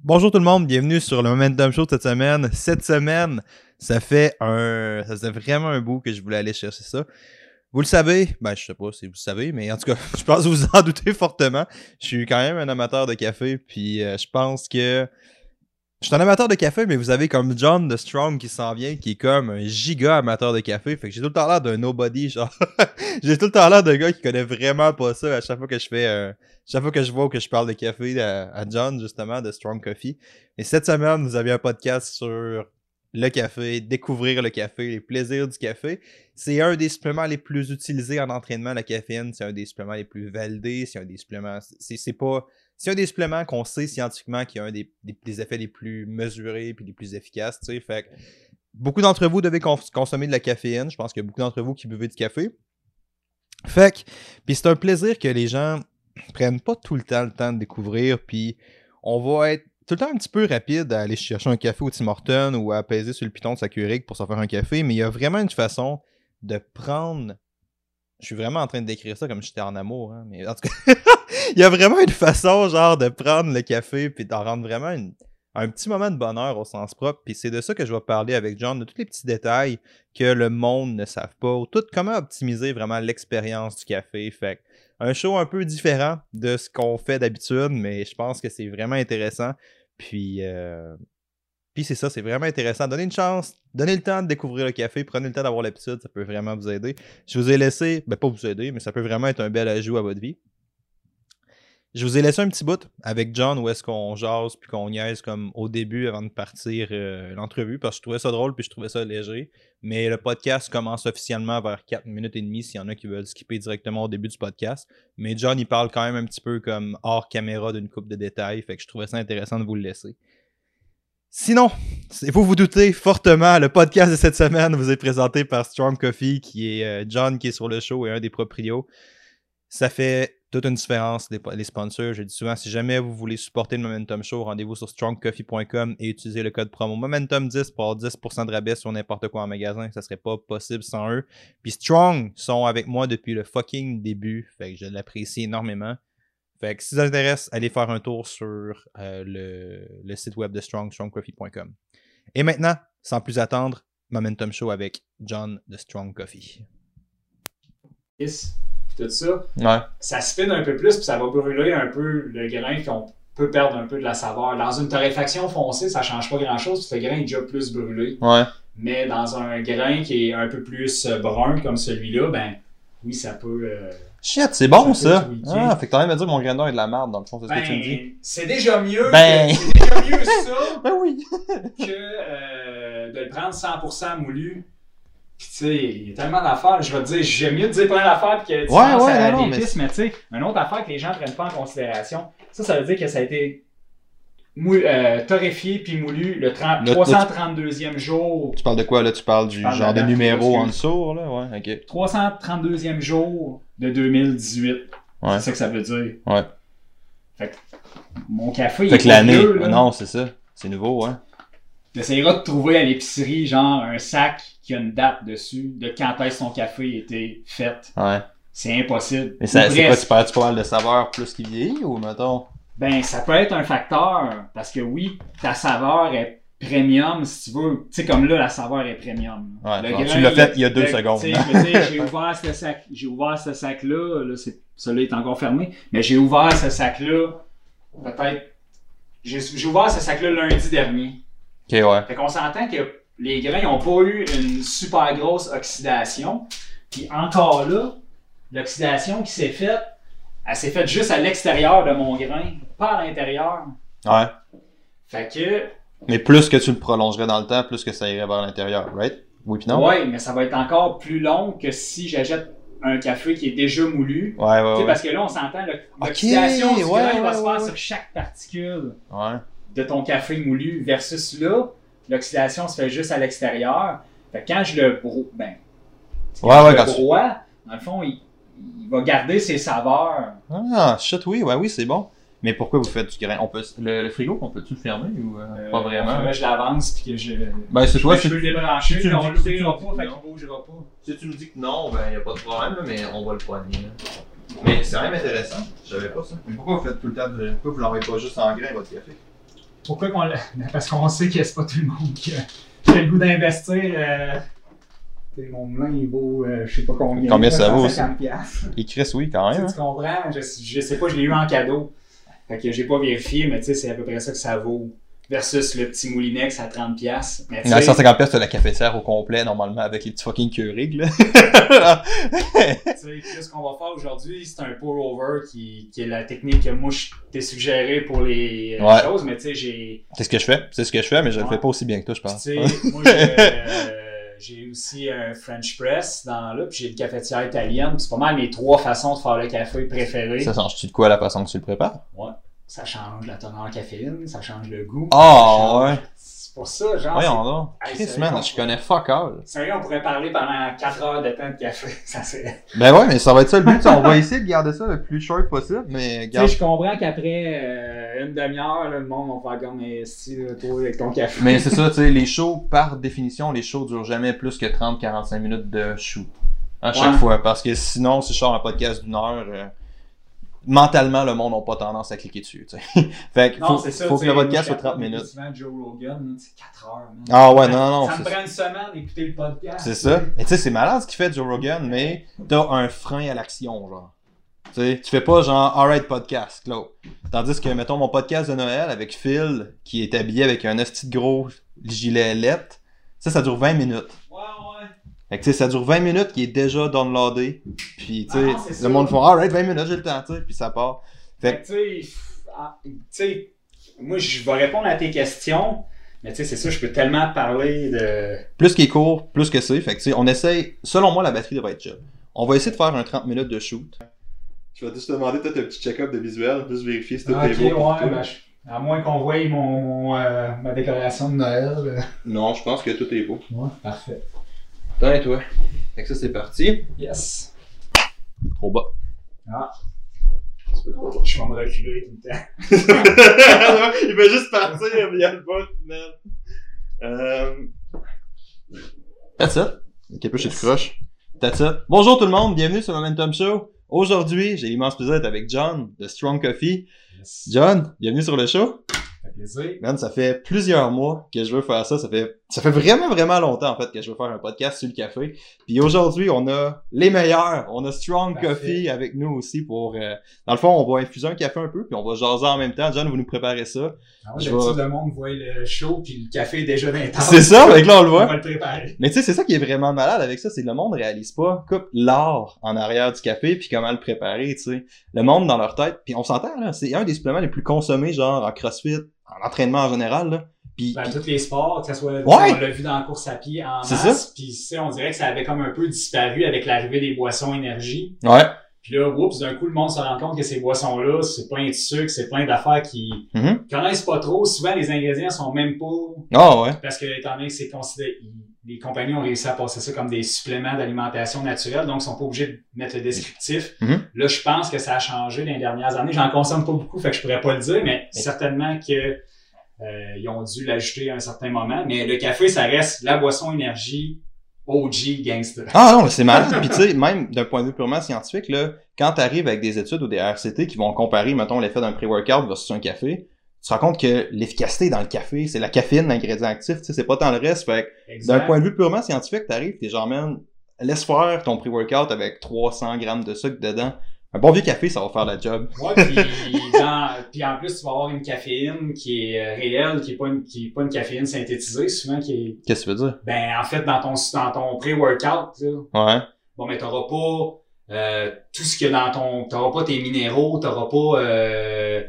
Bonjour tout le monde, bienvenue sur le Momentum Show de cette semaine. Cette semaine, ça fait un. Ça faisait vraiment un bout que je voulais aller chercher ça. Vous le savez, ben je sais pas si vous le savez, mais en tout cas, je pense que vous en doutez fortement. Je suis quand même un amateur de café, puis euh, je pense que. Je suis un amateur de café, mais vous avez comme John de Strong qui s'en vient, qui est comme un giga amateur de café. Fait que j'ai tout le temps l'air d'un nobody, genre. j'ai tout le temps l'air d'un gars qui connaît vraiment pas ça à chaque fois que je fais. euh, chaque fois que je vois ou que je parle de café à, à John, justement, de Strong Coffee. Et cette semaine, vous avez un podcast sur le café, découvrir le café, les plaisirs du café. C'est un des suppléments les plus utilisés en entraînement, la caféine. C'est un des suppléments les plus validés. C'est un des suppléments. C'est c'est pas. C'est un des suppléments qu'on sait scientifiquement qui a un des, des- des effets les plus mesurés puis les plus efficaces. Tu sais, fait que beaucoup d'entre vous devez cons- consommer de la caféine. Je pense qu'il y a beaucoup d'entre vous qui buvez du café. Fait que, puis c'est un plaisir que les gens prennent pas tout le temps le temps de découvrir, puis on va être tout le temps un petit peu rapide à aller chercher un café au Tim Hortons ou à apaiser sur le piton de sa Keurig pour s'en faire un café, mais il y a vraiment une façon de prendre... Je suis vraiment en train de décrire ça comme si j'étais en amour, hein, mais en tout cas, il y a vraiment une façon, genre, de prendre le café puis d'en rendre vraiment une- un petit moment de bonheur au sens propre, puis c'est de ça que je vais parler avec John, de tous les petits détails que le monde ne savent pas, ou tout comment optimiser vraiment l'expérience du café, fait que un show un peu différent de ce qu'on fait d'habitude, mais je pense que c'est vraiment intéressant. Puis, euh, puis c'est ça, c'est vraiment intéressant. Donnez une chance, donnez le temps de découvrir le café, prenez le temps d'avoir l'habitude, ça peut vraiment vous aider. Je vous ai laissé, ben pas vous aider, mais ça peut vraiment être un bel ajout à votre vie. Je vous ai laissé un petit bout avec John où est-ce qu'on jase puis qu'on niaise comme au début avant de partir euh, l'entrevue parce que je trouvais ça drôle puis je trouvais ça léger. Mais le podcast commence officiellement vers 4 minutes et demie s'il y en a qui veulent skipper directement au début du podcast. Mais John, il parle quand même un petit peu comme hors caméra d'une coupe de détails, fait que je trouvais ça intéressant de vous le laisser. Sinon, si vous vous doutez fortement, le podcast de cette semaine vous est présenté par Strong Coffee, qui est euh, John qui est sur le show et un des proprios. Ça fait toute une différence, les, po- les sponsors. Je dis souvent, si jamais vous voulez supporter le Momentum Show, rendez-vous sur strongcoffee.com et utilisez le code promo Momentum10 pour avoir 10% de rabais sur n'importe quoi en magasin. Ça serait pas possible sans eux. Puis Strong sont avec moi depuis le fucking début. Fait que je l'apprécie énormément. Fait que si ça vous intéresse, allez faire un tour sur euh, le, le site web de Strong, strongcoffee.com. Et maintenant, sans plus attendre, Momentum Show avec John de Strong Coffee. Chris, pis tout ça, Ouais. ça spin un peu plus, puis ça va brûler un peu le grain, puis on peut perdre un peu de la saveur. Dans une torréfaction foncée, ça change pas grand-chose, puis le grain est déjà plus brûlé. Ouais. Mais dans un grain qui est un peu plus euh, brun, comme celui-là, ben oui, ça peut... euh, Shit, c'est bon Ça ça! peut tweaker. Ah, fait que t'as même à dire que mon grain d'or est de la merde dans le fond, c'est ce que tu me dis. ben, c'est déjà mieux Ben. que- c'est déjà mieux ça Ben oui! que euh, de le prendre 100% moulu. Puis, tu sais, il y a tellement d'affaires. Je vais te dire, j'aime mieux te dire plein d'affaires puis que tu Ouais, penses ouais, à non, non, des pistes, mais tu sais, une autre affaire que les gens prennent pas en considération, ça, ça veut dire que ça a été mou- euh, torréfié puis moulu le, 30 Le- 332e jour. Tu parles de quoi là? Tu parles du Je parle genre de de la- numéro excuse. en dessous là? Ouais, ok. 332e jour de 2018. Ouais. C'est ça que ça veut dire. Ouais. Fait que mon café, il Fait que est l'année. vieux, là. Non, c'est ça. C'est nouveau, hein? T'essayeras de trouver à l'épicerie, genre, un sac qui a une date dessus de quand est-ce son café a été fait. Ouais. C'est impossible. Mais ça- Ou c'est quoi? presque. Tu perds pas mal de saveur plus qu'il vieillit ou mettons? Ben, ça peut être un facteur, parce que oui, ta saveur est premium, si tu veux. Tu sais, comme là, la saveur est premium. Ouais, Le genre, grain, tu l'as fait il y a le- deux le- secondes. tu sais, je veux dire, j'ai ouvert ce sac, j'ai ouvert ce sac-là, là, c'est- celui-là est encore fermé, mais j'ai ouvert ce sac-là, peut-être, j'ai j'ai ouvert ce sac-là lundi dernier. Ok, ouais. Fait qu'on s'entend que les grains n'ont pas eu une super grosse oxydation. Puis encore là, l'oxydation qui s'est faite, elle s'est faite juste à l'extérieur de mon grain, pas à l'intérieur. Ouais. Fait que, Mais plus que tu le prolongerais dans le temps, plus que ça irait vers l'intérieur, right? Oui pis non? ouais, mais ça va être encore plus long que si j'achète un café qui est déjà moulu. Ouais, ouais, Tu Ah ouais. sais, Parce que là, on s'entend, l'oc- l'oxydation du ouais, grain va ouais, se ouais, faire ouais. sur chaque particule. Ouais. de ton café moulu versus là, l'oxydation se fait juste à l'extérieur. Fait que quand je le broie, ben, quand Ouais, ouais, je le quand tu- broie, dans le fond, il, il va garder ses saveurs. Ah, shit, oui, ouais, oui, c'est bon. Mais pourquoi vous faites du grain? On peut... le, le frigo, on peut-tu le fermer ou euh, Euh, pas vraiment? après, je l'avance puis que je. Ben, c'est toi, je si, peux le débrancher, tu puis me on dis que tu l'ouvrira le pas, dis, fait non. qu'il bougera pas. si tu nous dis que non, ben, y a pas de problème, là, mais on va le poigner. Mais c'est quand même intéressant. Je savais pas ça. Mais pourquoi vous faites tout le temps de... Pourquoi vous l'envoyez pas juste en grain, votre café? Pourquoi qu'on l'a- Ben, Parce qu'on sait que c'est pas tout le monde qui a, qui a le goût d'investir. euh, tu sais, Mon moulin, il vaut, euh, je sais pas combien. Combien ça vaut, 150 piastres. Et Chris, oui, quand Tu même. hein. sais, tu comprends? Je, je sais pas, je l'ai eu en cadeau. Fait que j'ai pas vérifié, mais tu sais, c'est à peu près ça que ça vaut. Versus le petit Moulinex à 30$. piastres. Mais tu Dans sais, 150 pièces, t'as la cafetière au complet, normalement, avec les petits fucking Keurig, là. Tu sais, ce qu'on va faire aujourd'hui, c'est un pour-over qui, qui est la technique que moi je t'ai suggérée pour les euh, Ouais. choses, mais tu sais, j'ai. c'est ce que je fais. C'est ce que je fais, mais je le Ouais. fais pas aussi bien que toi, je puis pense. tu sais, moi j'ai, euh, j'ai aussi un French press dans là, puis j'ai une cafetière italienne. C'est pas mal mes trois façons de faire le café préféré. Ça Ça, change-tu de quoi la façon que tu le prépares? change la teneur en caféine, ça change le goût. Ah, ouais. Ah, C'est pour ça, genre. Voyons donc. Hey, Chris, sérieux, on man, je pourrait- connais fuck all. c'est- Sérieux, on pourrait parler pendant 4 heures de temps de café. Ça serait. Ben ouais, mais ça va être ça le but. On va essayer de garder ça le plus short possible, mais Tu sais, je comprends qu'après euh, une demi-heure, là, le monde va faire comme mais si là, toi avec ton café. Mais c'est ça, tu sais, les shows, par définition, les shows durent jamais plus que 30-45 minutes de show. À chaque Ouais. fois. Parce que sinon, si je sors un podcast d'une heure, euh, mentalement, le monde n'a pas tendance à cliquer dessus. tu sais. fait que faut, faut que le podcast soit 30 minutes. Souvent Joe Rogan, c'est 4 heures. man. Ah ouais, non, non, non. Ça me c'est- prend une semaine d'écouter le podcast. C'est ça. Et tu sais, c'est malade ce qu'il fait, Joe Rogan, mais t'as un frein à l'action, genre. Tu sais, tu fais pas genre Alright Podcast, Claude. Tandis que, mettons, mon podcast de Noël avec Phil, qui est habillé avec un hostie de gros gilet lettre, ça, ça dure 20 minutes. Ouais, ouais. Fait que, tu sais, ça dure 20 minutes, qui est déjà downloadé. Puis, tu sais, Ah non, c'est le sûr. monde font Alright, 20 minutes, j'ai le temps, tu sais, puis ça part. Fait Fait que, tu sais, ah, tu sais, moi, je vais répondre à tes questions, mais tu sais, c'est ça, je peux tellement parler de. Plus qu'il est court, plus que c'est. Fait que, tu sais, on essaye, selon moi, la batterie devrait être chill. On va essayer de faire un 30 minutes de shoot. Je vais juste te demander peut-être un petit check-up de visuel, juste vérifier si Ah, ben. à moins qu'on voie mon, euh, ma décoration de Noël. Non, je pense que tout est beau. Ouais, parfait. Attends, et toi. Fait que ça, c'est parti. Yes. Trop bas. Ah. Je vais me reculer tout le temps. il veut juste partir via le bot, man. Euh... That's it. Ok, peu, je te Yes. croche. That's it. Bonjour tout le monde, bienvenue sur Momentum Show. Aujourd'hui, j'ai l'immense plaisir d'être avec John de Strong Coffee. Yes. John, bienvenue sur le show. Ça fait plaisir. Man, ça fait plusieurs mois que je veux faire ça. Ça fait, ça fait vraiment, vraiment longtemps, en fait, que je veux faire un podcast sur le café. Puis aujourd'hui, on a les meilleurs. On a Strong Parfait. Coffee avec nous aussi pour... euh, Dans le fond, on va infuser un café un peu, puis on va jaser en même temps. John, vous nous préparez ça. Ah ouais, Je d'habitude, vais- le monde voit le show puis le café est déjà dans les tables. Ah, C'est ça, avec là, on le On voit. va le préparer. Mais tu sais, c'est ça qui est vraiment malade avec ça, c'est que le monde réalise pas coupe l'art en arrière du café puis comment le préparer, tu sais. Le monde dans leur tête, puis on s'entend là, c'est un des suppléments les plus consommés genre en CrossFit, en entraînement en général là. Puis Dans Ben, tous les sports, que ce soit Ouais. on l'a vu dans la course à pied en C'est masse, puis tu sais, on dirait que ça avait comme un peu disparu avec l'arrivée des boissons énergie. ouais, Puis là, oups, d'un coup, le monde se rend compte que ces boissons-là, c'est plein de sucre, c'est plein d'affaires qui Mhm. connaissent pas trop. Souvent, les ingrédients sont même pas... ah ouais. Parce que, étant donné que c'est considéré... Les compagnies ont réussi à passer ça comme des suppléments d'alimentation naturelle, donc ils sont pas obligés de mettre le descriptif. Mhm. Là, je pense que ça a changé dans les dernières années. J'en consomme pas beaucoup, fait que je pourrais pas le dire, mais certainement que euh, ils ont dû l'ajouter à un certain moment. Mais le café, ça reste la boisson énergie OG gangster. Ah non, mais c'est malade. Puis tu sais, même d'un point de vue purement scientifique, là, quand tu arrives avec des études ou des RCT qui vont comparer, mettons, l'effet d'un pré-workout versus un café, tu te rends compte que l'efficacité dans le café, c'est la caféine, l'ingrédient actif, tu sais, c'est pas tant le reste. Fait que D'un point de vue purement scientifique, t'arrives, t'es genre, man, laisse faire ton pre-workout avec 300 grammes de sucre dedans. Un bon vieux café, ça va faire la job. Ouais, puis, dans- puis en plus, tu vas avoir une caféine qui est euh, réelle, qui est pas une, qui est pas une caféine synthétisée, souvent qui est, Qu'est-ce que tu veux dire? ben, en fait, dans ton, dans ton pré-workout, là, Ouais. bon mais t'auras pas euh, tout ce que dans ton t'auras pas tes minéraux t'auras pas euh,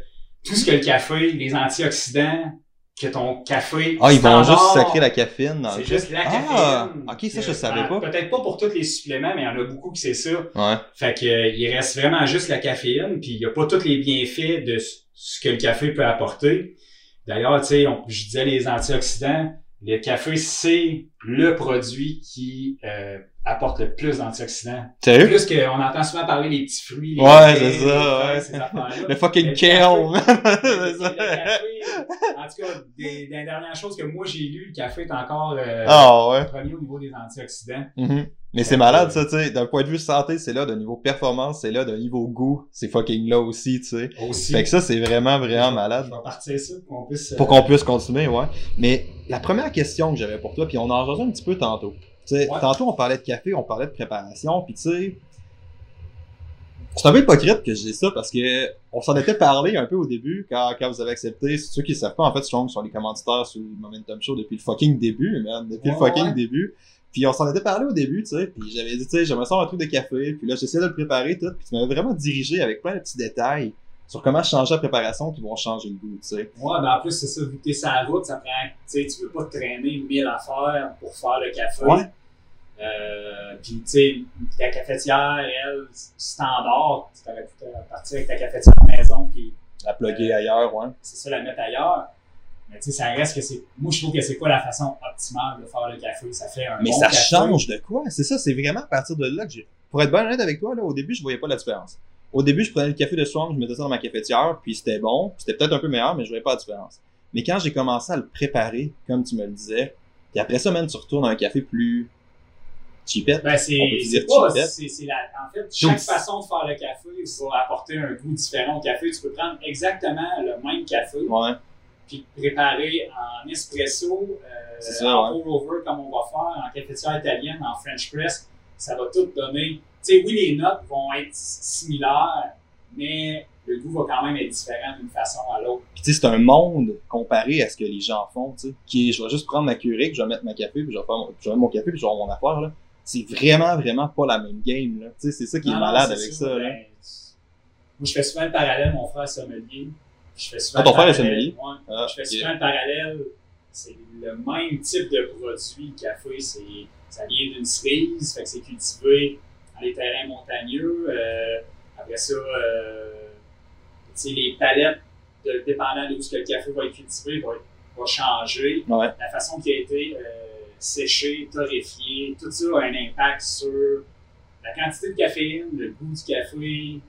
tout ce que le café les antioxydants que ton café Ah, ils vont standard, juste sacrer la caféine dans le c'est juste la caféine Ah, ok, ça, je Euh, savais pas. peut-être pas pour tous les suppléments mais il y en a beaucoup qui c'est ça Ouais. fait que euh, il reste vraiment juste la caféine, puis il n'y a pas tous les bienfaits de ce- ce que le café peut apporter. D'ailleurs, tu sais, on- je disais les antioxydants, le café c'est le produit qui euh, apporte le plus d'antioxydants. Sérieux? Plus qu'on entend souvent parler des petits fruits. Les Hein? Ouais, bananes, c'est ça, les ouais. ces affaires-là. Le fucking Le kale, man! C'est Le ça. café, En tout cas, des, des dernières choses que moi j'ai lues, le café est encore euh, Ah ouais. premier au niveau des antioxydants. Mhm. Mais c'est malade, ça, tu sais. D'un point de vue santé, c'est là. D'un niveau performance, c'est là. D'un niveau goût, c'est fucking là aussi, tu sais. Aussi. Fait que ça, c'est vraiment, vraiment Je malade. vais partir ça pour qu'on puisse. euh, Pour qu'on puisse continuer, ouais. Mais la première question que j'avais pour toi, puis on en jasait un petit peu tantôt. Tu sais, Ouais. Tantôt, on parlait de café, on parlait de préparation, puis tu sais... C'est un peu hypocrite que je dis ça, parce que on s'en était parlé un peu au début, quand, quand vous avez accepté. Ceux qui savent pas, en fait, Strong sont les commanditaires sur le Momentum Show depuis le fucking début, man. Depuis le Ouais, fucking ouais. début. Puis on s'en était parlé au début, tu sais, puis j'avais dit, tu sais, j'aimerais ça avoir un truc de café, puis là, j'essayais de le préparer, tout, puis tu m'avais vraiment dirigé avec plein de petits détails sur comment changer la préparation qui vont changer le goût, tu sais. Ouais, ben en plus, c'est ça, vu que t'es sur la route, ça prend, tu sais, tu veux pas te traîner mille affaires pour faire le café. Ouais. Euh, puis, tu sais, la cafetière, elle, standard, tu aurais pu te- partir avec ta cafetière maison, puis à plugger ailleurs, ouais. c'est ça, la mettre ailleurs. Mais, tu sais, ça reste que c'est. Moi, je trouve que c'est pas la façon optimale de faire le café. Ça fait un Mais bon ça café. change de quoi? C'est ça, c'est vraiment à partir de là que j'ai. Pour être bien honnête avec toi, là, au début, je voyais pas la différence. Au début, je prenais le café de soir, je mettais ça dans ma cafetière, puis c'était bon, puis c'était peut-être un peu meilleur, mais je voyais pas la différence. Mais quand j'ai commencé à le préparer, comme tu me le disais, puis après ça, même, tu retournes à un café plus cheapette. Ben, On peut c'est. dire C'est pas. cheapette. c'est- c'est la- En fait, chaque Donc, c'est- façon de faire le café va apporter un goût différent au café. Tu peux prendre exactement le même café. Ouais. puis préparer en espresso, euh, C'est ça, en pour over comme on va faire, en cafetière italienne, en French press, ça va tout donner. Tu sais, oui, les notes vont être s- similaires, mais le goût va quand même être différent d'une façon à l'autre. Puis tu sais, c'est un monde comparé à ce que les gens font, tu sais. Qui est, je vais juste prendre ma curie, je vais mettre ma café, puis je vais, faire mon, je vais mettre mon café, puis je vais avoir mon affaire, là. C'est vraiment, vraiment pas la même game, là. Tu sais, c'est ça qui Non, est non, malade c'est avec sûr, ça, là. ben, Moi, je fais souvent le parallèle, mon frère est sommelier. Je fais souvent Ah, ton le frère est parallèle, sommelier? ouais. Ah, Je fais ok. souvent le parallèle, c'est le même type de produit. Le café, c'est, ça vient d'une cerise, fait que c'est cultivé dans les terrains montagneux. Euh, après ça, euh, tu sais, les palettes, de- dépendant de où ce que le café va être cultivé, va, va changer. Ouais. La façon qui a été euh, séchée, torréfiée, tout ça a un impact sur la quantité de caféine, le goût du café.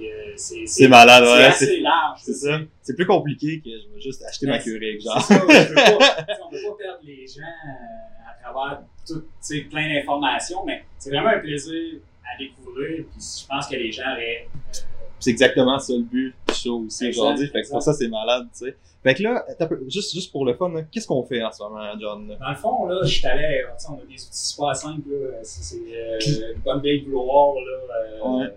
Euh, c'est, C'est malade, c'est ouais, assez large. C'est ça. C'est plus compliqué que je vais juste acheter ma Ben, Keurig, C'est genre. ça, je veux pas, tu sais, on ne peut pas perdre les gens euh, à travers tout, tu sais, plein d'informations, mais c'est vraiment un plaisir à découvrir. Puis je pense que les gens auraient. euh, C'est exactement ça le but du show aussi Exact, aujourd'hui. Fait que c'est pour exact. ça, c'est malade, tu sais. Fait que là, attends un peu, juste, juste pour le fun, là, qu'est-ce qu'on fait en ce moment, John? là? Dans le fond, là, je suis allé. euh, tu sais, On a des outils super simples. là, C'est c'est, euh, une bonne vieille blower. Là, euh, Ouais.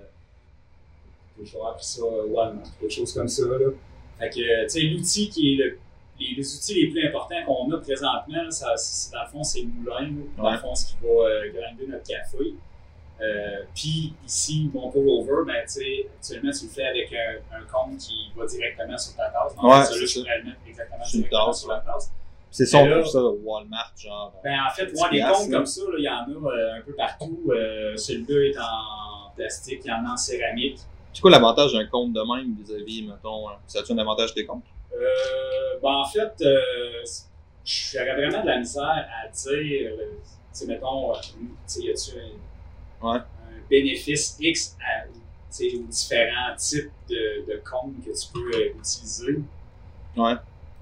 Je vais appeler ça Walmart, quelque chose comme ça. Là. Fait que, euh, tu sais, l'outil qui est le. Les, les outils les plus importants qu'on a présentement, là, ça, c'est- dans le fond, c'est le moulin. là. Dans le Ouais. fond, ce qui va euh, grinder notre café. Euh, Puis ici, mon pullover, ben, tu sais, actuellement, tu le fais avec un, un compte qui va directement sur ta tasse. Donc, Ouais, ça, là, c'est je pourrais le mettre exactement Sur une directement tasse, sur la tasse. C'est ça, on Mais là- trouve ça au Walmart, genre. Ben, en fait, Petit moi, les glace, comptes là. comme ça, là, il y en a euh, un peu partout. Euh, Celui-là est en plastique, il y en a en céramique. C'est quoi l'avantage d'un compte de même vis-à-vis, mettons, hein? ça a-tu un avantage des comptes? Euh, ben, en fait, euh, c- j'aurais vraiment de la misère à dire, euh, tu sais, mettons, euh, tu sais, y a-tu un, Ouais. un bénéfice X à, tu sais, aux différents types de, de comptes que tu peux euh, utiliser? Ouais.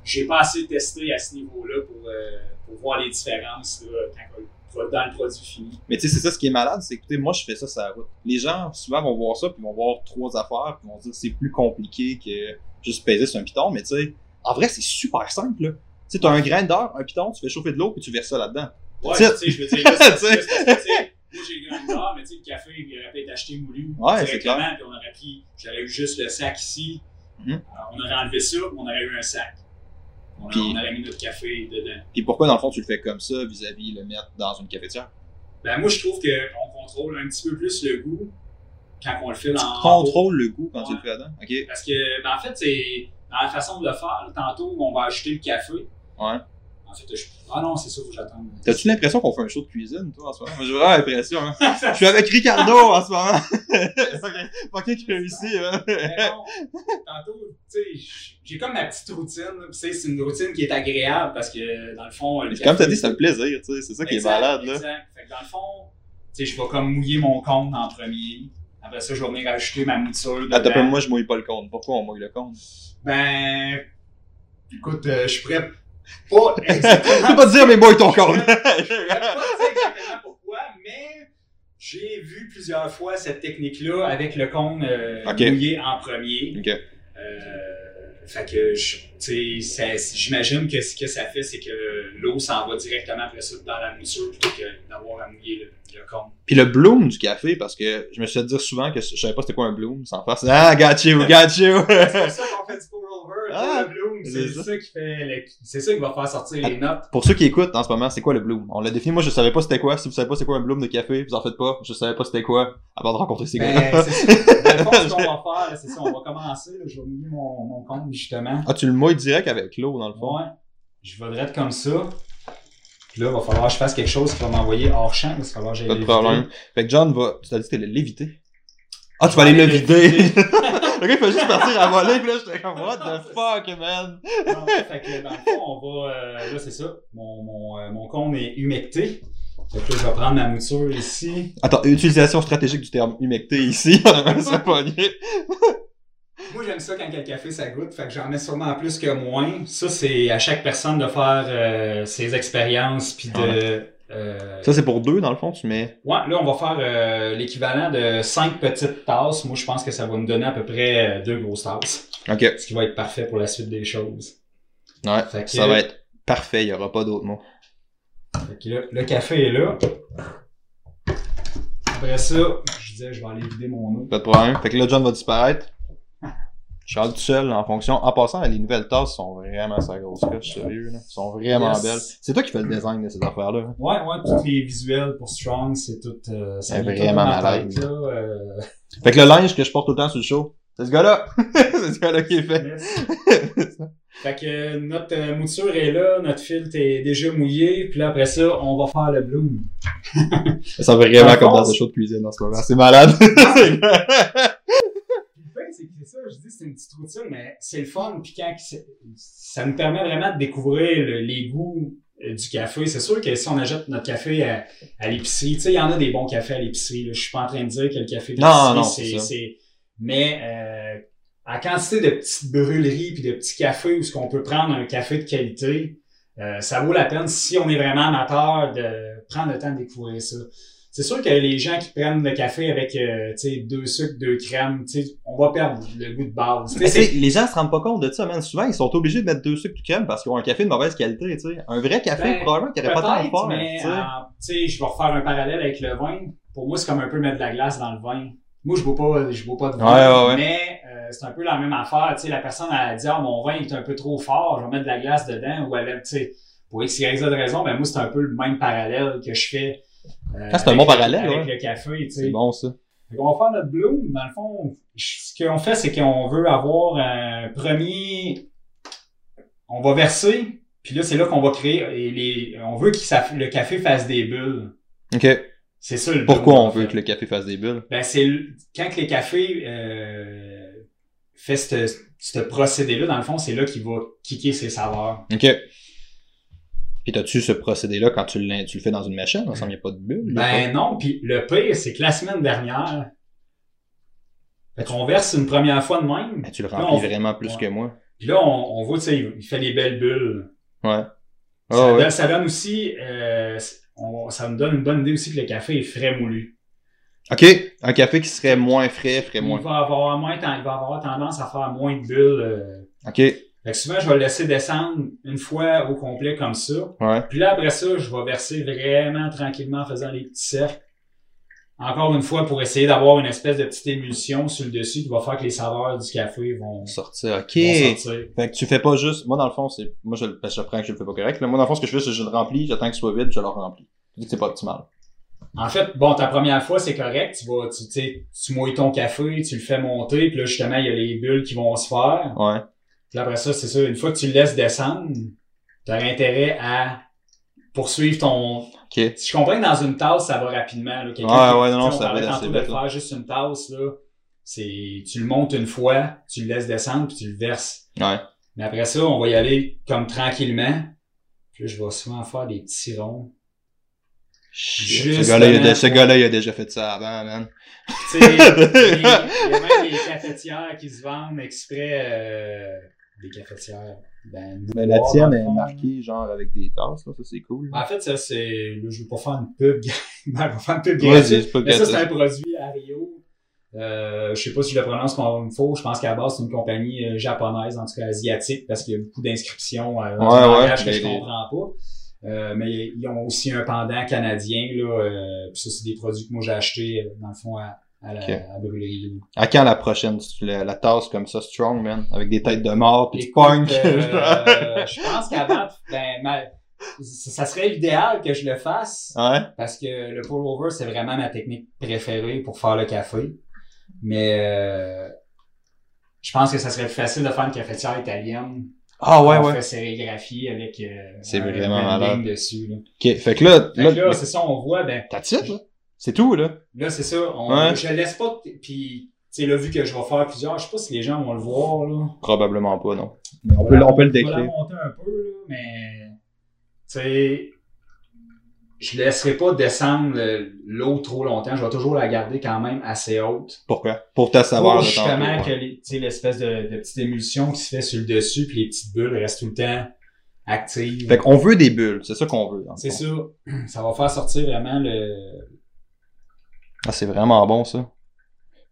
J'ai pas assez testé à ce niveau-là pour, euh, pour voir les différences là, quand on- dans le produit fini. Mais tu sais, c'est ça ce qui est malade, c'est écoutez, moi je fais ça sur la route. Les gens souvent vont voir ça, puis vont voir trois affaires, puis vont dire c'est plus compliqué que juste peser sur un piton, mais tu sais, en vrai c'est super simple là. Tu sais, t'as un grain d'or, un piton, tu fais chauffer de l'eau, puis tu verses ça là-dedans. Ouais, Tiens. tu sais, je veux dire, là, c'est- c'est- c'est- c'est- c'est- moi j'ai le grain d'or, mais tu sais, le café, il aurait peut-être acheté moulu Ouais, c'est directement, puis on aurait pris, j'aurais eu juste le sac ici, Mhm. Alors, on aurait enlevé ça, on aurait eu un sac. On, a- Puis- on aurait mis notre café dedans. Puis pourquoi dans le fond tu le fais comme ça vis-à-vis le mettre dans une cafetière? Ben moi je trouve qu'on contrôle un petit peu plus le goût quand on le fait dans... Contrôle le goût quand tu Ah, le Ouais. fais dedans. Ok. Parce que, ben, en fait, c'est dans la façon de le faire, là, tantôt on va ajouter le café. Ouais. En fait, je... Ah non, c'est ça, faut que j'attende. T'as-tu l'impression qu'on fait un show de cuisine, toi, en ce moment? Moi, J'ai vraiment l'impression, hein. Je suis avec Ricardo en ce moment. Fucking réussi, hein. Mais non, tantôt, tu sais, j- j'ai comme ma petite routine. là, pis C'est c'est une routine qui est agréable parce que, dans le fond... le Comme t'as café- dit, c'est un plaisir, tu sais, c'est ça qui est Exact, malade, là. Exact. Fait que dans le fond, sais, je vais comme mouiller mon compte en premier. Après ça, je vais venir ajouter ma mouture. Attends, dedans. peu, moi, je mouille Ah, pas le compte. Pourquoi on mouille le compte? Ben, écoute, euh, je pourrais pas Je exactement peux pas te dire, mais mouille ton compte! Je pourrais pas dire exactement pourquoi, mais j'ai vu plusieurs fois cette technique-là avec le compte euh, Ok. mouillé en premier. Ok. Euh, fait que, je- tu sais, ça- j'imagine que ce que ça fait, c'est que l'eau s'en va directement après ça dans la moussure plutôt que d'avoir à mouiller le, le compte. Puis le bloom du café, parce que je me suis fait dire souvent que je savais pas c'était quoi un bloom, sans faire ça. Ah, got you, got you! C'est pour ça qu'on fait du pour-over, Ah, le bloom, c'est c'est ça. ça. qui fait, le- c'est ça qui va faire sortir les notes. Pour ceux qui écoutent en ce moment, c'est quoi le bloom? On l'a défini, moi je savais pas c'était quoi. Si vous savez pas c'est quoi un bloom de café, vous en faites pas. Je savais pas c'était quoi avant de rencontrer ces gars. Ben, c'est ça. Dans le fond, ce qu'on va faire, là, c'est ça, on va commencer, là, je vais mouiller mon, mon compte justement. Ah, tu le mouilles direct avec l'eau dans le fond. Ouais, je vais direct comme ça. Puis là, il va falloir que je fasse quelque chose qui va m'envoyer hors champ, parce qu'il va falloir que j'aille Pas de l'éviter. problème. Fait que John va. Tu t'as dit que t'allais l'éviter. Ah, tu vas vais aller le aller vider! le gars, il fait juste partir à voler, pis là, j'étais comme, what the fuck, man! Non, Ah, fait que dans le fond, on va. euh, là, c'est ça. Mon, mon, euh, mon cône est humecté. Fait que là, je vais prendre ma mouture ici. Attends, utilisation stratégique du terme humecté ici, on s'est pogné. Moi, j'aime ça quand le café, ça goûte. Fait que j'en mets sûrement plus que moins. Ça, c'est à chaque personne de faire euh, ses expériences. Puis de. euh, Ça, c'est pour deux, dans le fond, tu mets. Ouais, là, on va faire euh, l'équivalent de cinq petites tasses. Moi, je pense que ça va nous donner à peu près euh, deux grosses tasses. Ok. Ce qui va être parfait pour la suite des choses. Ouais. Fait que- Ça va être parfait, il y aura pas d'autre mot. Fait que là, le café est là. Après ça, je disais, je vais aller vider mon eau. Pas de problème. Fait que là, John va disparaître. Charles tout seul en fonction. En passant, les nouvelles tasses sont vraiment sa grosse coche, sérieux. Là. Elles sont vraiment Yes. belles. C'est toi qui fais le design de ces affaires-là. Ouais, ouais, tous les visuels pour Strong, c'est tout. euh, ça C'est vient tout vraiment dans la malade. tête, là, euh, Fait que le linge que je porte tout le temps sur le show, c'est ce gars-là. c'est ce gars-là qui est fait. fait que euh, notre euh, mouture est là, notre filtre est déjà mouillé, puis là après ça, on va faire le bloom. Ça va vraiment Dans le comme fond, dans un show de cuisine en ce moment. C'est malade. Ben, c'est c'est ça, je dis, c'est une petite routine, mais c'est le fun. Puis quand c'est- ça nous permet vraiment de découvrir le- les goûts euh, du café, c'est sûr que si on achète notre café à, à l'épicerie, tu sais, il y en a des bons cafés à l'épicerie. là. Je suis pas en train de dire que le café Non, non, c'est d'épicerie, c'est- ça. c'est. Mais euh, à quantité de petites brûleries puis de petits cafés où ce qu'on peut prendre un café de qualité, euh, ça vaut la peine si on est vraiment amateur de prendre le temps de découvrir ça. C'est sûr que les gens qui prennent le café avec euh, tu sais, deux sucres, deux crèmes, tu sais, on va perdre le goût de base. Tu sais, Mais c'est- tu sais, les gens se rendent pas compte de ça, man. Souvent, ils sont obligés de mettre deux sucres de crème parce qu'ils ont un café de mauvaise qualité, tu sais. Un vrai café, Ben, probablement, qu'il n'y aurait pas tant de Peut-être, faire, mais tu sais. euh, tu sais, je vais refaire un parallèle avec le vin. Pour moi, c'est comme un peu mettre de la glace dans le vin. Moi, je bois pas, je bois pas de vin, Ouais, ouais, ouais. mais euh, c'est un peu la même affaire. Tu sais, la personne elle dit ah mon vin est un peu trop fort, je vais mettre de la glace dedans ou elle aime, tu sais, pour X Y Z raison. Ben moi, c'est un peu le même parallèle que je fais. euh, Ah, c'est un avec bon le- parallèle, avec ouais. le café. Tu sais. C'est bon, ça. Fait qu'on va faire notre bloom. Dans le fond, je- ce qu'on fait, c'est qu'on veut avoir un premier. On va verser, puis là, c'est là qu'on va créer. et les... On veut que ça- le café fasse des bulles. OK. C'est ça le bloom, Pourquoi on en fait. veut que le café fasse des bulles? Ben, c'est le- quand que les cafés euh, fait ce- ce procédé-là, dans le fond, c'est là qu'il va kicker ses saveurs. OK. Puis t'as-tu ce procédé-là quand tu, l'in- tu le fais dans une machine? Il n'y a pas de bulle. il y a Ben non, puis le pire, c'est que la semaine dernière, fait qu'on verse une première fois de même. pas- Ben, tu le Non, on- remplis vraiment plus ouais. que moi. Puis là, on, on voit, tu sais, il il fait les belles bulles. Ouais. Ça, Ah ouais. donne, ça donne aussi, euh, on- ça me donne une bonne idée aussi que le café est frais moulu. OK. Un café qui serait moins frais, ferait Il moins. va avoir moins, ten- il va avoir tendance à faire moins de bulles. euh. OK. Ouais. Fait que souvent, je vais le laisser descendre une fois au complet comme ça. Puis là, après ça, je vais verser vraiment tranquillement en faisant les petits cercles. Encore une fois, pour essayer d'avoir une espèce de petite émulsion sur le dessus qui va faire que les saveurs du café vont, Sortir. OK. vont sortir. Fait que tu fais pas juste. Moi, dans le fond, c'est. Moi, je, le- parce que j'apprends que je le fais pas correct. là. Moi, dans le fond, ce que je fais, c'est que je le remplis, j'attends qu'il soit vide, je le remplis. Tu dis que c'est pas optimal. En fait, bon, ta première fois, c'est correct. Tu vas, tu, tu sais, tu mouilles ton café, tu le fais monter, puis là, justement, il y a les bulles qui vont se faire. Ouais. Puis après ça, c'est ça, une fois que tu le laisses descendre, t'as intérêt à poursuivre ton... OK. Ouais, Je comprends que dans une tasse, ça va rapidement. Là, Quelqu'un qui- ouais, non, tu sais, non, on ça va parlait être tantôt assez de le vite. là. faire juste une tasse, là. C'est, tu le montes une fois, tu le laisses descendre, puis tu le verses. Ouais. Mais après ça, on va y aller comme tranquillement. Puis là, je vais souvent faire des petits ronds. Ce Juste gars-là, il a avant- dé- ce gars-là, il a déjà fait ça avant, man. Tu sais, il y a même des cafetières qui se vendent exprès. euh, des cafetières. Ben, Mais la noires, tienne dans le est fond. marquée, genre, avec des tasses, là. Ça, c'est cool. En fait, ça, c'est. Là, je veux pas faire une pub. Non, je vais faire une pub gratuite. Vas-y, c'est pas Mais ça, c'est grave. un produit Ario. Euh, je sais pas si je le prononce comme il faut. Je pense qu'à la base, c'est une compagnie euh, japonaise, en tout cas asiatique, parce qu'il y a beaucoup d'inscriptions euh, dans Ouais, un ouais, langage que mais je les- comprends pas. Euh, mais ils ont aussi un pendant canadien. Là, euh, puis ça, c'est des produits que moi j'ai achetés, euh, dans le fond, à, à la Ok. à brûlerie. là. À quand la prochaine, la, la tasse comme ça, strong, man, avec des têtes de mort pis du Écoute, punk. euh, je pense qu'avant, ben, ma- ça ça serait l'idéal que je le fasse. ouais. Parce que le pour over, c'est vraiment ma technique préférée pour faire le café. Mais euh, je pense que ça serait plus facile de faire une cafetière italienne. Ah ouais, On ouais. fait sérigraphie avec euh, C'est un vraiment branding malade. dessus. Là, Ok, fait que là, Fait là, que là, c'est ça, on voit, ben, t'as titre, là? C'est tout, là? là, c'est ça, on, Ouais. je laisse pas, puis, tu sais, là, vu que je vais faire plusieurs, je sais pas si les gens vont le voir, là. Probablement pas, non. Mais on, va peut, la- on peut le va la décrire. monter un peu, là, mais. Tu sais. Je laisserai pas descendre le- l'eau trop longtemps. Je vais toujours la garder quand même assez haute. Pourquoi? Pour ta savoir, Pour le temps. justement que les- tu sais, l'espèce de, de petite émulsion qui se fait sur le dessus, puis les petites bulles restent tout le temps actives. Fait qu'on veut des bulles, c'est ça qu'on veut. dans le C'est fond. ça. Ça va faire sortir vraiment le. Ah, c'est vraiment bon, ça.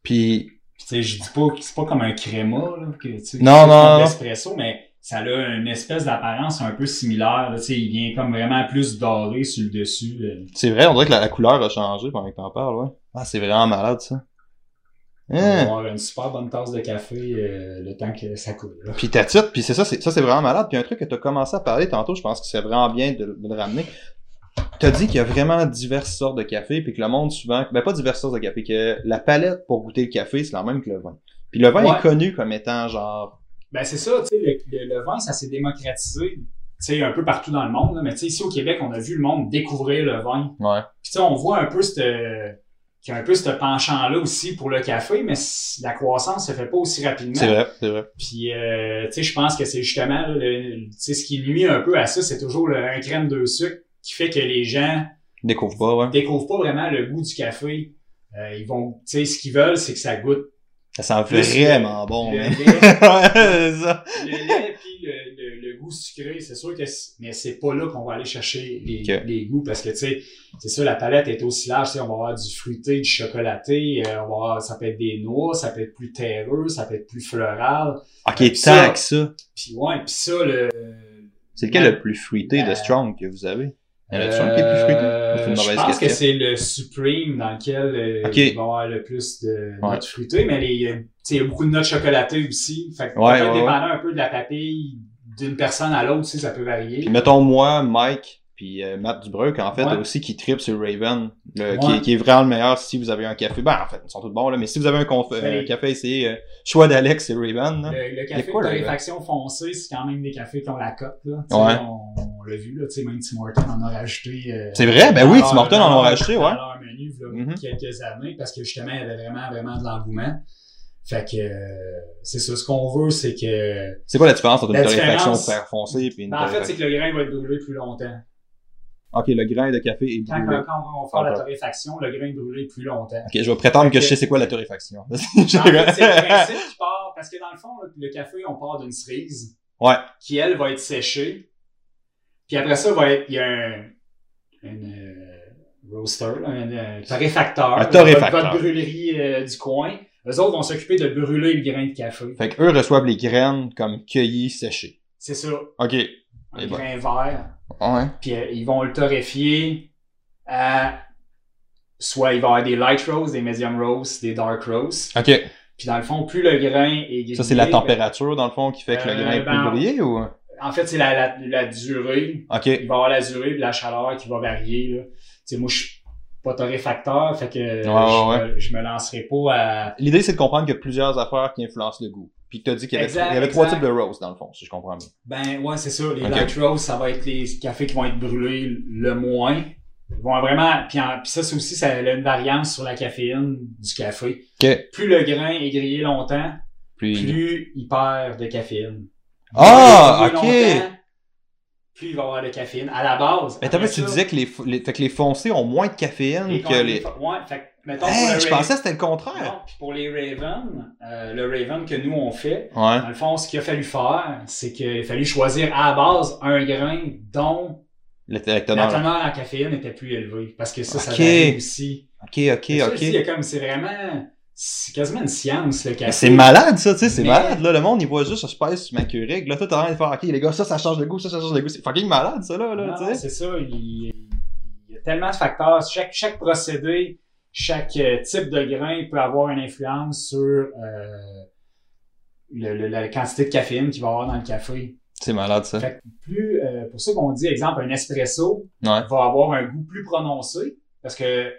Puis, Puis, tu sais, je dis pas que c'est pas comme un créma, là, que, tu sais, Non, non, c'est comme non. l'espresso, mais ça a une espèce d'apparence un peu similaire, là, tu sais, il vient comme vraiment plus doré sur le dessus. là. c'est vrai, on dirait que la, la couleur a changé pendant que t'en parles, ouais. Ah, c'est vraiment malade, ça. On va Hein. avoir une super bonne tasse de café euh, le temps que ça coule. là. Puis ta titre, puis c'est ça, c'est ça c'est vraiment malade. Puis un truc que tu as commencé à parler tantôt, je pense que c'est vraiment bien de, de le ramener. Tu as dit qu'il y a vraiment diverses sortes de café, puis que le monde souvent, ben pas diverses sortes de café, que la palette pour goûter le café, c'est la même que le vin. Puis le vin Ouais. est connu comme étant genre Ben c'est ça, tu sais, le, le- le vin, ça s'est démocratisé, tu sais, un peu partout dans le monde, là, mais tu sais, ici au Québec, on a vu le monde découvrir le vin. ouais. Puis tu sais, on voit un peu cette qu'il y a un peu ce penchant-là aussi pour le café, mais c- la croissance se fait pas aussi rapidement. C'est vrai, c'est vrai. Puis, euh, tu sais, je pense que c'est justement, là, le- le- tu sais, ce qui nuit un peu à ça, c'est toujours le un crème de sucre qui fait que les gens Découvre pas, ouais. découvrent pas vraiment le goût du café. Euh, ils vont, tu sais, ce qu'ils veulent, c'est que ça goûte Ça sent Plus le- vraiment bon, le man. lait, ouais, c'est ça. le lait puis le, le- le goût sucré, c'est sûr que c'est- mais c'est pas là qu'on va aller chercher les, Ok. les goûts parce que tu sais, c'est sûr la palette est aussi large, tu sais, on va avoir du fruité, du chocolaté, euh, on va avoir- ça peut être des noix, ça peut être plus terreux, ça peut être plus floral. Ok, Ça. tant que ça. Puis ouais, puis ça le C'est lequel Ouais. le plus fruité de Euh, Strong que vous avez? Il Euh, y en a Strong qui est plus fruité? C'est Euh, une je mauvaise pense que question. c'est le Supreme dans lequel euh, Ok. il va y avoir le plus de Ouais. notes fruitées, mais les, euh, tu sais, il y a beaucoup de notes chocolatées aussi. Fait que Ouais, peut-être ouais, dépendant un peu de la papille d'une personne à l'autre, tu sais, ça peut varier. Puis mettons moi, Mike, puis euh, Matt Dubreuc, en fait, Ouais. aussi qui tripe sur Raven, le- Ouais. qui, est- qui est vraiment le meilleur si vous avez un café. Ben, en fait, ils sont tous bons, là, mais si vous avez un, conf- Mais- euh, café, essayez euh, choix d'Alex et Raven. là. Le, le Il y a café de quoi, Hein? là, torréfaction foncée, c'est quand même des cafés qui ont la cote. Là. Tu sais, Ouais. On, on l'a vu, là, tu sais, même Tim Horton en a rajouté. euh, C'est vrai? Ben dans oui, leur- Tim Hortons dans en a leur- rajouté, dans ouais. leur menu, là, Mhm. quelques années, parce que justement, il y avait vraiment, vraiment de l'engouement. Fait que euh, c'est ça, ce qu'on veut, c'est que. C'est quoi la différence entre une La torréfaction différence- fer foncé puis une Ben, en fait, torréfaction? c'est que le grain va être brûlé plus longtemps. Ok, le grain de café est Quand, brûlé. quand on va faire la Ouais. torréfaction, le grain est brûlé plus longtemps. Ok, je vais prétendre que Ok. je sais c'est quoi la torréfaction. En fait, c'est le principe qui part, parce que dans le fond, là, le café, on part d'une cerise ouais, qui, elle, va être séchée. Puis après ça, va être, il y a un, un, euh, roaster, là, un, euh, torréfacteur, Un torréfacteur. Votre, votre brûlerie euh, du coin. Eux autres vont s'occuper de brûler le grain de café. fait que eux reçoivent les graines comme cueillies, séchées. C'est ça, Ok, un Et grain vert. ouais. Puis euh, ils vont le torréfier à... Soit il va y avoir des light roasts, des medium roasts, des dark roasts. Ok, Puis dans le fond, plus le grain est grillé, ça c'est la ben, température dans le fond qui fait que le Euh, grain est plus ben- brûlé ou? en fait, c'est la, la, la durée. Ok, Il va y avoir la durée et la chaleur qui va varier. Là. Tu sais, moi, je suis pas torréfacteur, fait que euh, Ouais, je, me- je me lancerai pas à. L'idée, c'est de comprendre qu'il y a plusieurs affaires qui influencent le goût. Puis tu as dit qu'il y avait, Exact, il y avait trois exact. types de roast, dans le fond, si je comprends bien. Ben ouais, c'est ça. Les Ok. light roasts, ça va être les cafés qui vont être brûlés le moins. Ils vont vraiment. Puis, en- puis ça, c'est aussi, ça a une variance sur la caféine du café. OK. Plus le grain est grillé longtemps, Puis... plus il perd de caféine. Ah, Plus il est ok. longtemps, plus il va y avoir de caféine. À la base. Mais t'as vu, après tu ça, disais que les, f- les- fait que les foncés ont moins de caféine les que les. condiments- Ouais, fait que, mettons, pour Hey, le je Raven- pensais que c'était le contraire. Non, puis pour les Ravens, euh, le Raven que nous on fait, Ouais. Dans le fond, ce qu'il a fallu faire, c'est qu'il a fallu choisir à la base un grain dont Le la téléctonneur. teneur en caféine était plus élevée. Parce que ça, ça Ok. varie aussi. Ok, ok, Fait que ça aussi, il y a ok. comme, c'est vraiment, c'est quasiment une science, le Mais café. C'est malade ça, tu sais, c'est Mais- malade. Là, le monde, il voit juste, je pèse sur ma Keurig. Là, toi, t'as rien de faire, ok, les gars, ça, ça change de goût, ça, ça change de goût. C'est fucking malade, ça, là, là, Non, tu sais. C'est ça, il, il y a tellement de facteurs. Chaque, chaque procédé, chaque euh, type de grain peut avoir une influence sur euh, le- le- la quantité de caféine qu'il va y avoir dans le café. C'est malade, ça. Fait que plus, euh, pour ça qu'on dit, exemple, un espresso Ouais. va avoir un goût plus prononcé parce que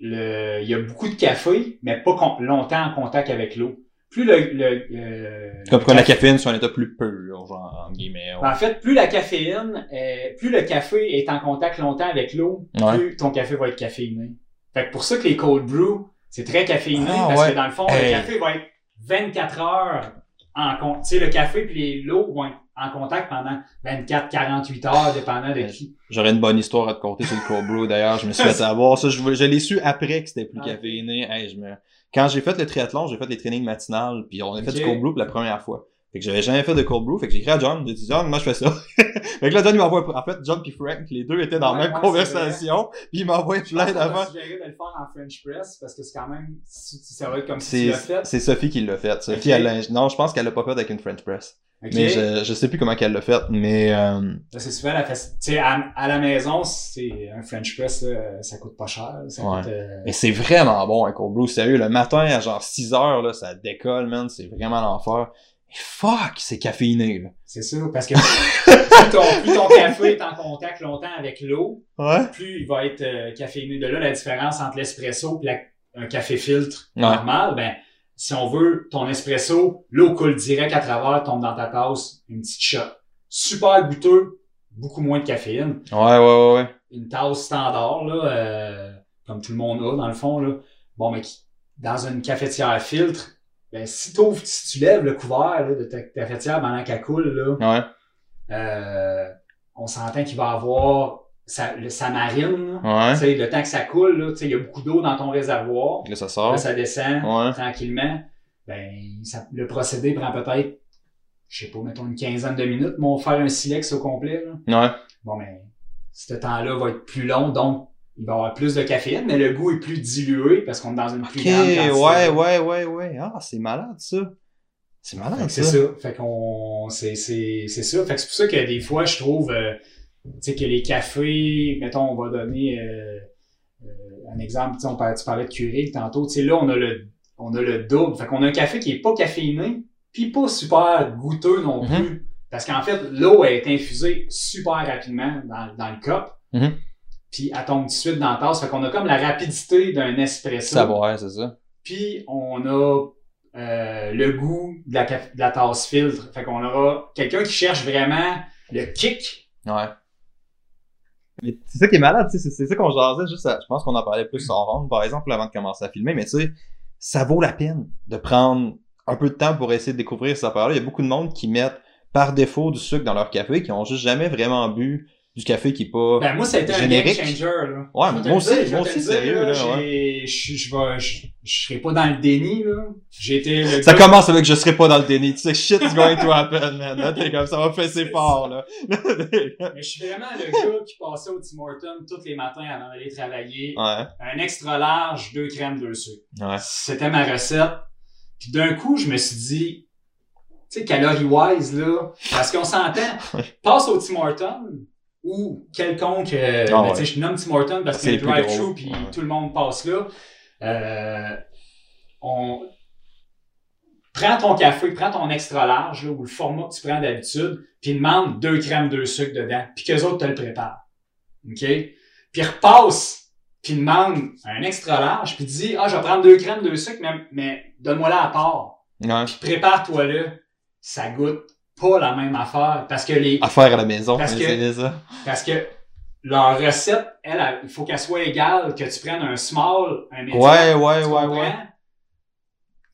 le, il y a beaucoup de café, mais pas con- longtemps en contact avec l'eau. Plus le, le, euh, Comme le quoi la café- caféine soit un état plus pur, genre, en guillemets. ouais. en fait, plus la caféine, est- plus le café est en contact longtemps avec l'eau, Ouais. plus ton café va être caféiné. Fait que pour ça que les cold brew, c'est très caféiné Ah, parce ouais. que dans le fond, Hey. le café va être 24 heures en contact. Tu sais, le café puis les- l'eau vont être en contact pendant 24-48 heures, dépendant de Ouais. qui. J'aurais une bonne histoire à te conter sur le cold brew d'ailleurs, je me suis fait savoir ça, je, voulais- je l'ai su après que c'était plus Ouais. caféiné. Hey, je me... Quand j'ai fait le triathlon, j'ai fait les trainings matinales, puis on a fait Ok. du cold brew pour la première fois. Fait que j'avais jamais fait de cold brew, fait que j'ai écrit à John, j'ai dit John, moi je fais ça. fait que là John il m'envoie en fait John puis Frank, les deux étaient dans Ouais, la même ouais, conversation, puis il m'envoie Je pense plein qu'on va d'avant. suggérer de le faire en French press parce que c'est quand même, si- si ça va être comme si tu C'est l'as fait. c'est Sophie qui l'a fait. Sophie, Ok. elle l'a- non, je pense qu'elle l'a pas fait avec une French press. Ok. Mais je, je sais plus comment qu'elle l'a fait, mais euh, Là, c'est souvent la faci- Tu sais, à, à la maison, c'est un French press, là, ça coûte pas cher. Ça Ouais. coûte, euh, Mais c'est vraiment bon, un cold brew. Sérieux, le matin, à genre 6 heures, là, ça décolle, man. C'est vraiment l'enfer. Mais fuck, c'est caféiné, là. c'est ça, parce que plus ton, plus ton café est en contact longtemps avec l'eau, Ouais? plus il va être euh, caféiné. De là, la différence entre l'espresso et un café filtre Ouais. normal, ben, si on veut ton espresso, l'eau coule direct à travers, tombe dans ta tasse, une petite shot. Super goûteux, beaucoup moins de caféine. Ouais, ouais, ouais, ouais. une tasse standard, là, euh, comme tout le monde a dans le fond. Là. Bon, mais qui- dans une cafetière à filtre, ben, si, t'ouvres- si tu lèves le couvert là, de ta cafetière pendant qu'elle coule, là, Ouais. euh, on s'entend qu'il va avoir sa, le- sa marine. là. Ouais. Tu sais, Le temps que ça coule, là, tu sais, il y a beaucoup d'eau dans ton réservoir. Fait que Là, ça sort. Là, ça descend Ah. Ouais. tranquillement. Ben, ça- le procédé prend peut-être, je sais pas, mettons une quinzaine de minutes, mais on va faire un silex au complet. Là. Ouais. Bon, mais ce temps-là va être plus long, donc il va y avoir plus de caféine, mais le goût est plus dilué parce qu'on est dans une Ok, plus grande quantité. ouais, ouais, ouais, ouais. Ah, c'est malade, ça. C'est Fait malade, que ça. C'est ça. Fait qu'on, c'est, c'est, c'est ça. Fait que c'est pour ça que des fois, je trouve, euh, tu sais, que les cafés, mettons, on va donner euh, euh, un exemple, tu sais, on parlait, tu parlais de Keurig tantôt, tu sais, là, on a le, on a le double. Fait qu'on a un café qui est pas caféiné, puis pas super goûteux non Mhm. plus. Parce qu'en fait, l'eau elle est infusée super rapidement dans, dans le cup. Mhm. Puis elle tombe tout de suite dans la tasse. Fait qu'on a comme la rapidité d'un espresso. Savoir, c'est ça. Puis on a euh, le goût de la, caf- de la tasse filtre. Fait qu'on aura quelqu'un qui cherche vraiment le kick. Ouais. Mais c'est ça qui est malade, tu sais, c'est- c'est ça qu'on jasait juste à- je pense qu'on en parlait plus en ronde, par exemple, avant de commencer à filmer, mais tu sais, ça vaut la peine de prendre un peu de temps pour essayer de découvrir cette affaire-là. Il y a beaucoup de monde qui mettent par défaut du sucre dans leur café, qui ont juste jamais vraiment bu du café qui est pas... Ben moi, ça a été un game Générique. changer. Là. Ouais, Je vais te moi le dire, aussi, je moi vais te aussi, le dire, sérieux, là, j'ai- Je je vais- je- je serai pas dans le déni, là. J'étais le Ça gars- commence avec je serai pas dans le déni, tu sais, shit's going to happen, man. Là, t'es comme ça, va fesser fort, là. Mais je suis vraiment le gars qui passait au Tim Hortons tous les matins avant d'aller travailler. ouais, Un extra large, deux crèmes, deux sucres. ouais. C'était ma recette. Puis d'un coup, je me suis dit, tu sais, calorie-wise, là, parce qu'on s'entend, passe au Tim Hortons ou quelconque, euh, Ah ben, ouais. tu sais, je nomme Tim Hortons parce que C'est le c'est plus drive-thru gros. puis Ouais. tout le monde passe là. Euh, on... Prends ton café, prends ton extra large, là, ou le format que tu prends d'habitude, puis demande deux crèmes, deux sucres dedans, puis qu'eux autres te le préparent. OK? Puis repasse, puis demande un extra large, puis dis, ah, je vais prendre deux crèmes, deux sucres, mais, mais donne-moi-la à part. Ouais. Puis prépare-toi là. Ça goûte pas la même affaire parce que les, Affaire à la maison, Parce mais que- c'est ça. parce que leur recette, elle, elle, il faut qu'elle soit égale, que tu prennes un small, un medium. Ouais, ouais, tu ouais, comprends? ouais.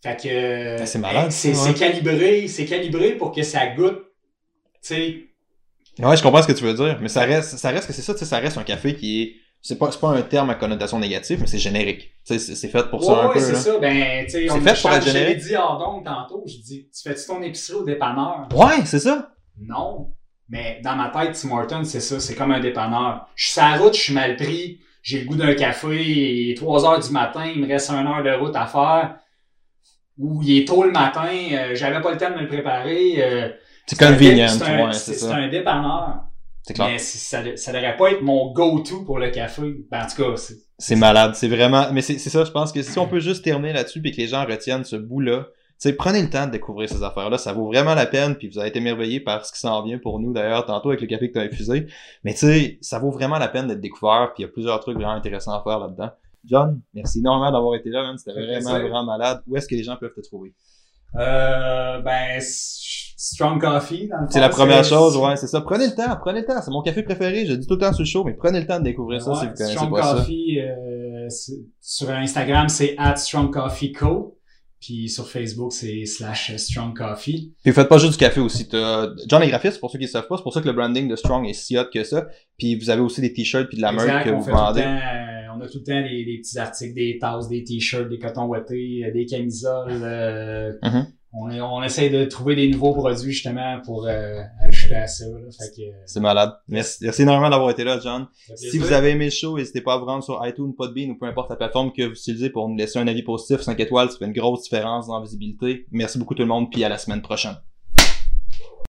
Fait que. Ben, c'est malade, C'est ça, c'est ouais. calibré, c'est calibré pour que ça goûte, tu sais, Ouais, je comprends ce que tu veux dire, mais ça reste, ça reste que c'est ça, tu sais, ça reste un café qui est. C'est pas, c'est pas un terme à connotation négative, mais c'est générique. Tu sais, c'est c'est fait pour ça ouais, un ouais, peu. c'est là. ça. Ben, tu sais, C'est on fait pour je- être je l'ai générique. dit en don tantôt. Je dis, tu fais-tu ton épicerie au dépanneur? Ouais, c'est ça. Non. Mais dans ma tête, Tim Hortons, c'est ça. C'est comme un dépanneur. Je suis sur la route, je suis mal pris. J'ai le goût d'un café. Il est 3 heures du matin. Il me reste une heure de route à faire. Ou il est tôt le matin. euh, J'avais pas le temps de me le préparer. euh, C'est un dé- convenient, c'est un- ouais, C'est c'est c'est ça. un dépanneur. C'est clair. Mais c'est- ça, de- ça devrait pas être mon go-to pour le café. Ben, en tout cas, c'est- C'est malade, c'est vraiment. Mais c'est c'est ça, je pense que si on peut juste terminer là-dessus et que les gens retiennent ce bout-là, tu sais, prenez le temps de découvrir ces affaires-là, ça vaut vraiment la peine, puis vous allez être émerveillés par ce qui s'en vient pour nous d'ailleurs tantôt avec le café que tu as infusé. Mais tu sais, ça vaut vraiment la peine d'être découvert, puis il y a plusieurs trucs vraiment intéressants à faire là-dedans. John, merci énormément d'avoir été là, man. C'était Ça fait vraiment, plaisir. vraiment malade. Où est-ce que les gens peuvent te trouver? Euh, ben, s- strong coffee. dans le C'est fond, la première chose, ouais, c'est ça. Prenez le temps, prenez le temps. C'est mon café préféré, je le dis tout le temps sur le show, mais prenez le temps de découvrir ça Ouais, Ben si vous connaissez strong pas ça. coffee, euh, c'est- sur Instagram, c'est at strong coffee co. Puis sur Facebook, c'est slash strong coffee. Puis vous faites pas juste du café aussi. T'as- John est graphiste, pour ceux qui ne savent pas, c'est pour ça que le branding de Strong est si hot que ça. Puis vous avez aussi des t-shirts puis de la Exact, merch que on vous fait tout le vendez. temps, euh, on a tout le temps des, des petits articles, des tasses, des t-shirts, des cotons ouatés, euh, des camisoles. euh, Mhm. on, est- on essaie de trouver des nouveaux produits justement pour euh, ajouter à ça. là. Fait que, euh, C'est malade. Merci, merci énormément d'avoir été là, John. ça fait Si plaisir. vous avez aimé le show, n'hésitez pas à vous rendre sur iTunes, Podbean ou peu importe la plateforme que vous utilisez pour nous laisser un avis positif, 5 étoiles. Ça fait une grosse différence dans la visibilité. Merci beaucoup tout le monde, puis à la semaine prochaine.